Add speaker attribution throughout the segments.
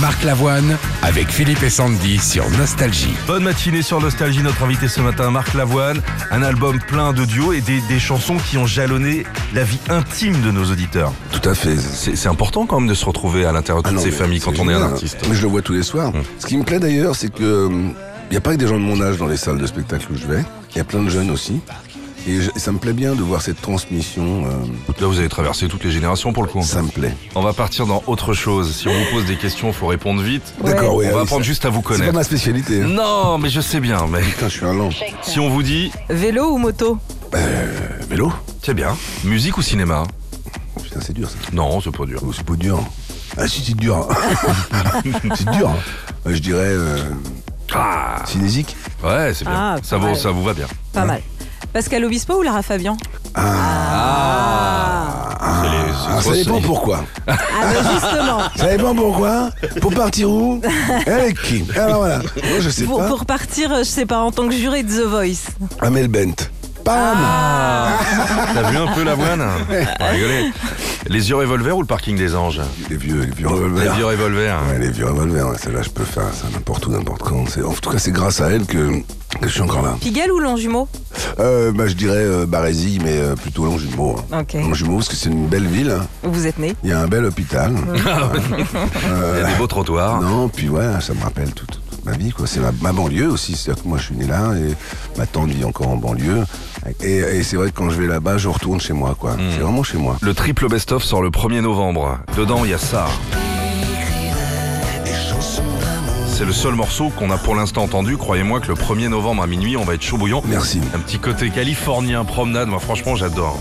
Speaker 1: Marc Lavoine avec Philippe et Sandy sur Nostalgie.
Speaker 2: Bonne matinée sur Nostalgie, notre invité ce matin, Marc Lavoine. Un album plein de duos et des, des chansons qui ont jalonné la vie intime de nos auditeurs.
Speaker 3: Tout à fait.
Speaker 2: C'est c'est important quand même de se retrouver à l'intérieur de
Speaker 3: Ah
Speaker 2: toutes
Speaker 3: non,
Speaker 2: ces
Speaker 3: mais
Speaker 2: familles
Speaker 3: c'est
Speaker 2: quand on est un
Speaker 3: génial.
Speaker 2: artiste.
Speaker 3: Mais je le vois tous les soirs.
Speaker 2: Mm.
Speaker 3: Ce qui me plaît d'ailleurs, c'est que hum, il n'y a pas que des gens de mon âge dans les salles de spectacle où je vais. Il y a plein de jeunes aussi. Et je- ça me plaît bien de voir cette transmission. euh,
Speaker 2: Là, vous avez traversé toutes les générations pour le coup.
Speaker 3: ça me plaît.
Speaker 2: On va partir dans autre chose. Si on vous pose des questions, faut répondre vite.
Speaker 3: D'accord, oui.
Speaker 2: On
Speaker 3: ah
Speaker 2: va
Speaker 3: oui,
Speaker 2: apprendre
Speaker 3: ça-
Speaker 2: juste à vous
Speaker 3: C'est pas
Speaker 2: connaître. Hum.
Speaker 3: ma spécialité. hein.
Speaker 2: Non, mais je sais bien, mais
Speaker 3: Putain, je suis un lent.
Speaker 2: si on vous dit,
Speaker 4: Vélo ou moto
Speaker 3: Euh, Vélo
Speaker 2: c'est bien, musique ou cinéma
Speaker 3: Oh, Putain, c'est dur ça.
Speaker 2: Non, c'est pas dur.
Speaker 3: Oh, c'est pas dur. Ah si, c'est dur. c'est dur. Euh, je dirais euh,
Speaker 2: Ah,
Speaker 3: cinésique.
Speaker 2: ouais, c'est bien.
Speaker 4: Ah,
Speaker 2: ça,
Speaker 4: pas
Speaker 2: vous,
Speaker 4: mal.
Speaker 2: ça vous va bien.
Speaker 4: Pas mal. Pascal Obispo ou Lara Fabian Ah,
Speaker 2: C'est les- c'est
Speaker 3: Ah,
Speaker 2: trop-
Speaker 3: ça dépend
Speaker 2: c'est-
Speaker 3: pourquoi.
Speaker 4: Ah, ben justement
Speaker 3: Ça dépend pourquoi. Pour partir où Et Avec qui Alors voilà. Moi, je sais
Speaker 4: pour,
Speaker 3: pas.
Speaker 4: pour partir, euh, je sais pas, en tant que juré de The Voice.
Speaker 3: Amel Bent. Pam
Speaker 4: Ah.
Speaker 2: T'as vu un peu l'avoine On va rigoler. Les yeux revolver ou le parking des anges
Speaker 3: Les vieux, les
Speaker 2: Les yeux
Speaker 3: vieux
Speaker 2: hein.
Speaker 3: revolvers.
Speaker 2: revolver.
Speaker 3: Ouais, les vieux revolvers, ouais, celle-là je peux faire ça n'importe où, n'importe quand. C'est- En tout cas, c'est grâce à elle que, que je suis encore là.
Speaker 4: Pigalle ou Longjumeau
Speaker 3: Euh, bah, je dirais euh, Barésie, mais euh, plutôt Longjumeau. hein.
Speaker 4: Ok.
Speaker 3: Longjumeau, parce que c'est une belle ville. hein.
Speaker 4: Vous êtes né
Speaker 3: Il y a un bel hôpital.
Speaker 2: Il y a des beaux trottoirs.
Speaker 3: Euh. Non, puis ouais, ça me rappelle toute, toute- toute ma vie. quoi. C'est ma, ma banlieue aussi. C'est-à-dire que moi, je suis né là et ma tante vit encore en banlieue. Et, et c'est vrai que quand je vais là-bas, je retourne chez moi. quoi.
Speaker 2: Hmm.
Speaker 3: C'est vraiment chez moi.
Speaker 2: Le triple best-of sort le 1er novembre. Dedans, il y a ça. C'est le seul morceau qu'on a pour l'instant entendu. Croyez-moi que le 1er novembre à minuit, on va être chaud bouillant.
Speaker 3: Merci.
Speaker 2: Un petit côté californien, promenade. Moi, franchement, j'adore.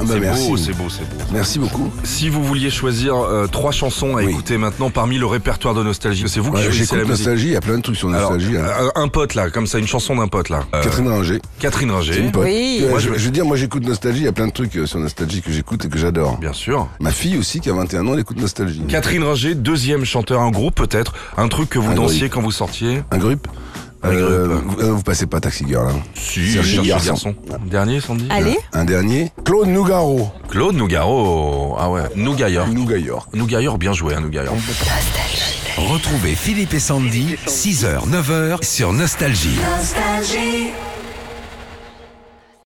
Speaker 3: Ah bah,
Speaker 2: c'est
Speaker 3: merci.
Speaker 2: beau, c'est beau, c'est beau.
Speaker 3: Merci beaucoup.
Speaker 2: Si vous vouliez choisir euh, trois chansons à
Speaker 3: Oui.
Speaker 2: écouter maintenant parmi le répertoire de Nostalgie, c'est vous qui
Speaker 3: Ouais,
Speaker 2: choisissez
Speaker 3: J'écoute
Speaker 2: la musique.
Speaker 3: Nostalgie, il y a plein de trucs sur
Speaker 2: Alors, euh,
Speaker 3: Nostalgie. hein.
Speaker 2: un, un pote là, comme ça, une chanson d'un pote là. Euh,
Speaker 3: Catherine Ringer.
Speaker 2: Catherine
Speaker 3: C'est
Speaker 2: Ringer,
Speaker 3: une pote.
Speaker 4: Oui.
Speaker 3: Euh,
Speaker 2: Moi,
Speaker 3: je,
Speaker 2: je-
Speaker 3: je veux dire, moi j'écoute Nostalgie, il y a plein de trucs euh, sur Nostalgie que j'écoute et que j'adore.
Speaker 2: bien sûr.
Speaker 3: Ma fille aussi, qui a 21 ans, elle écoute Nostalgie.
Speaker 2: Catherine Ringer, deuxième chanteur, un groupe peut-être, un truc que vous
Speaker 3: Un
Speaker 2: dansiez quand vous sortiez.
Speaker 3: Un groupe
Speaker 2: Un groupe.
Speaker 3: vous, euh, vous passez pas Taxi Girl, hein.
Speaker 2: Si,
Speaker 3: Chercher
Speaker 2: chercher
Speaker 3: garçon.
Speaker 2: garçon. Dernier, Sandy
Speaker 4: Allez
Speaker 3: Un dernier Claude Nougaro.
Speaker 2: Claude Nougaro. Ah ouais. Nougayor.
Speaker 3: Nougayor.
Speaker 2: Nougayor, bien joué, hein, Nougayor.
Speaker 1: Retrouvez Philippe et Sandy, 6h, 9h sur Nostalgie.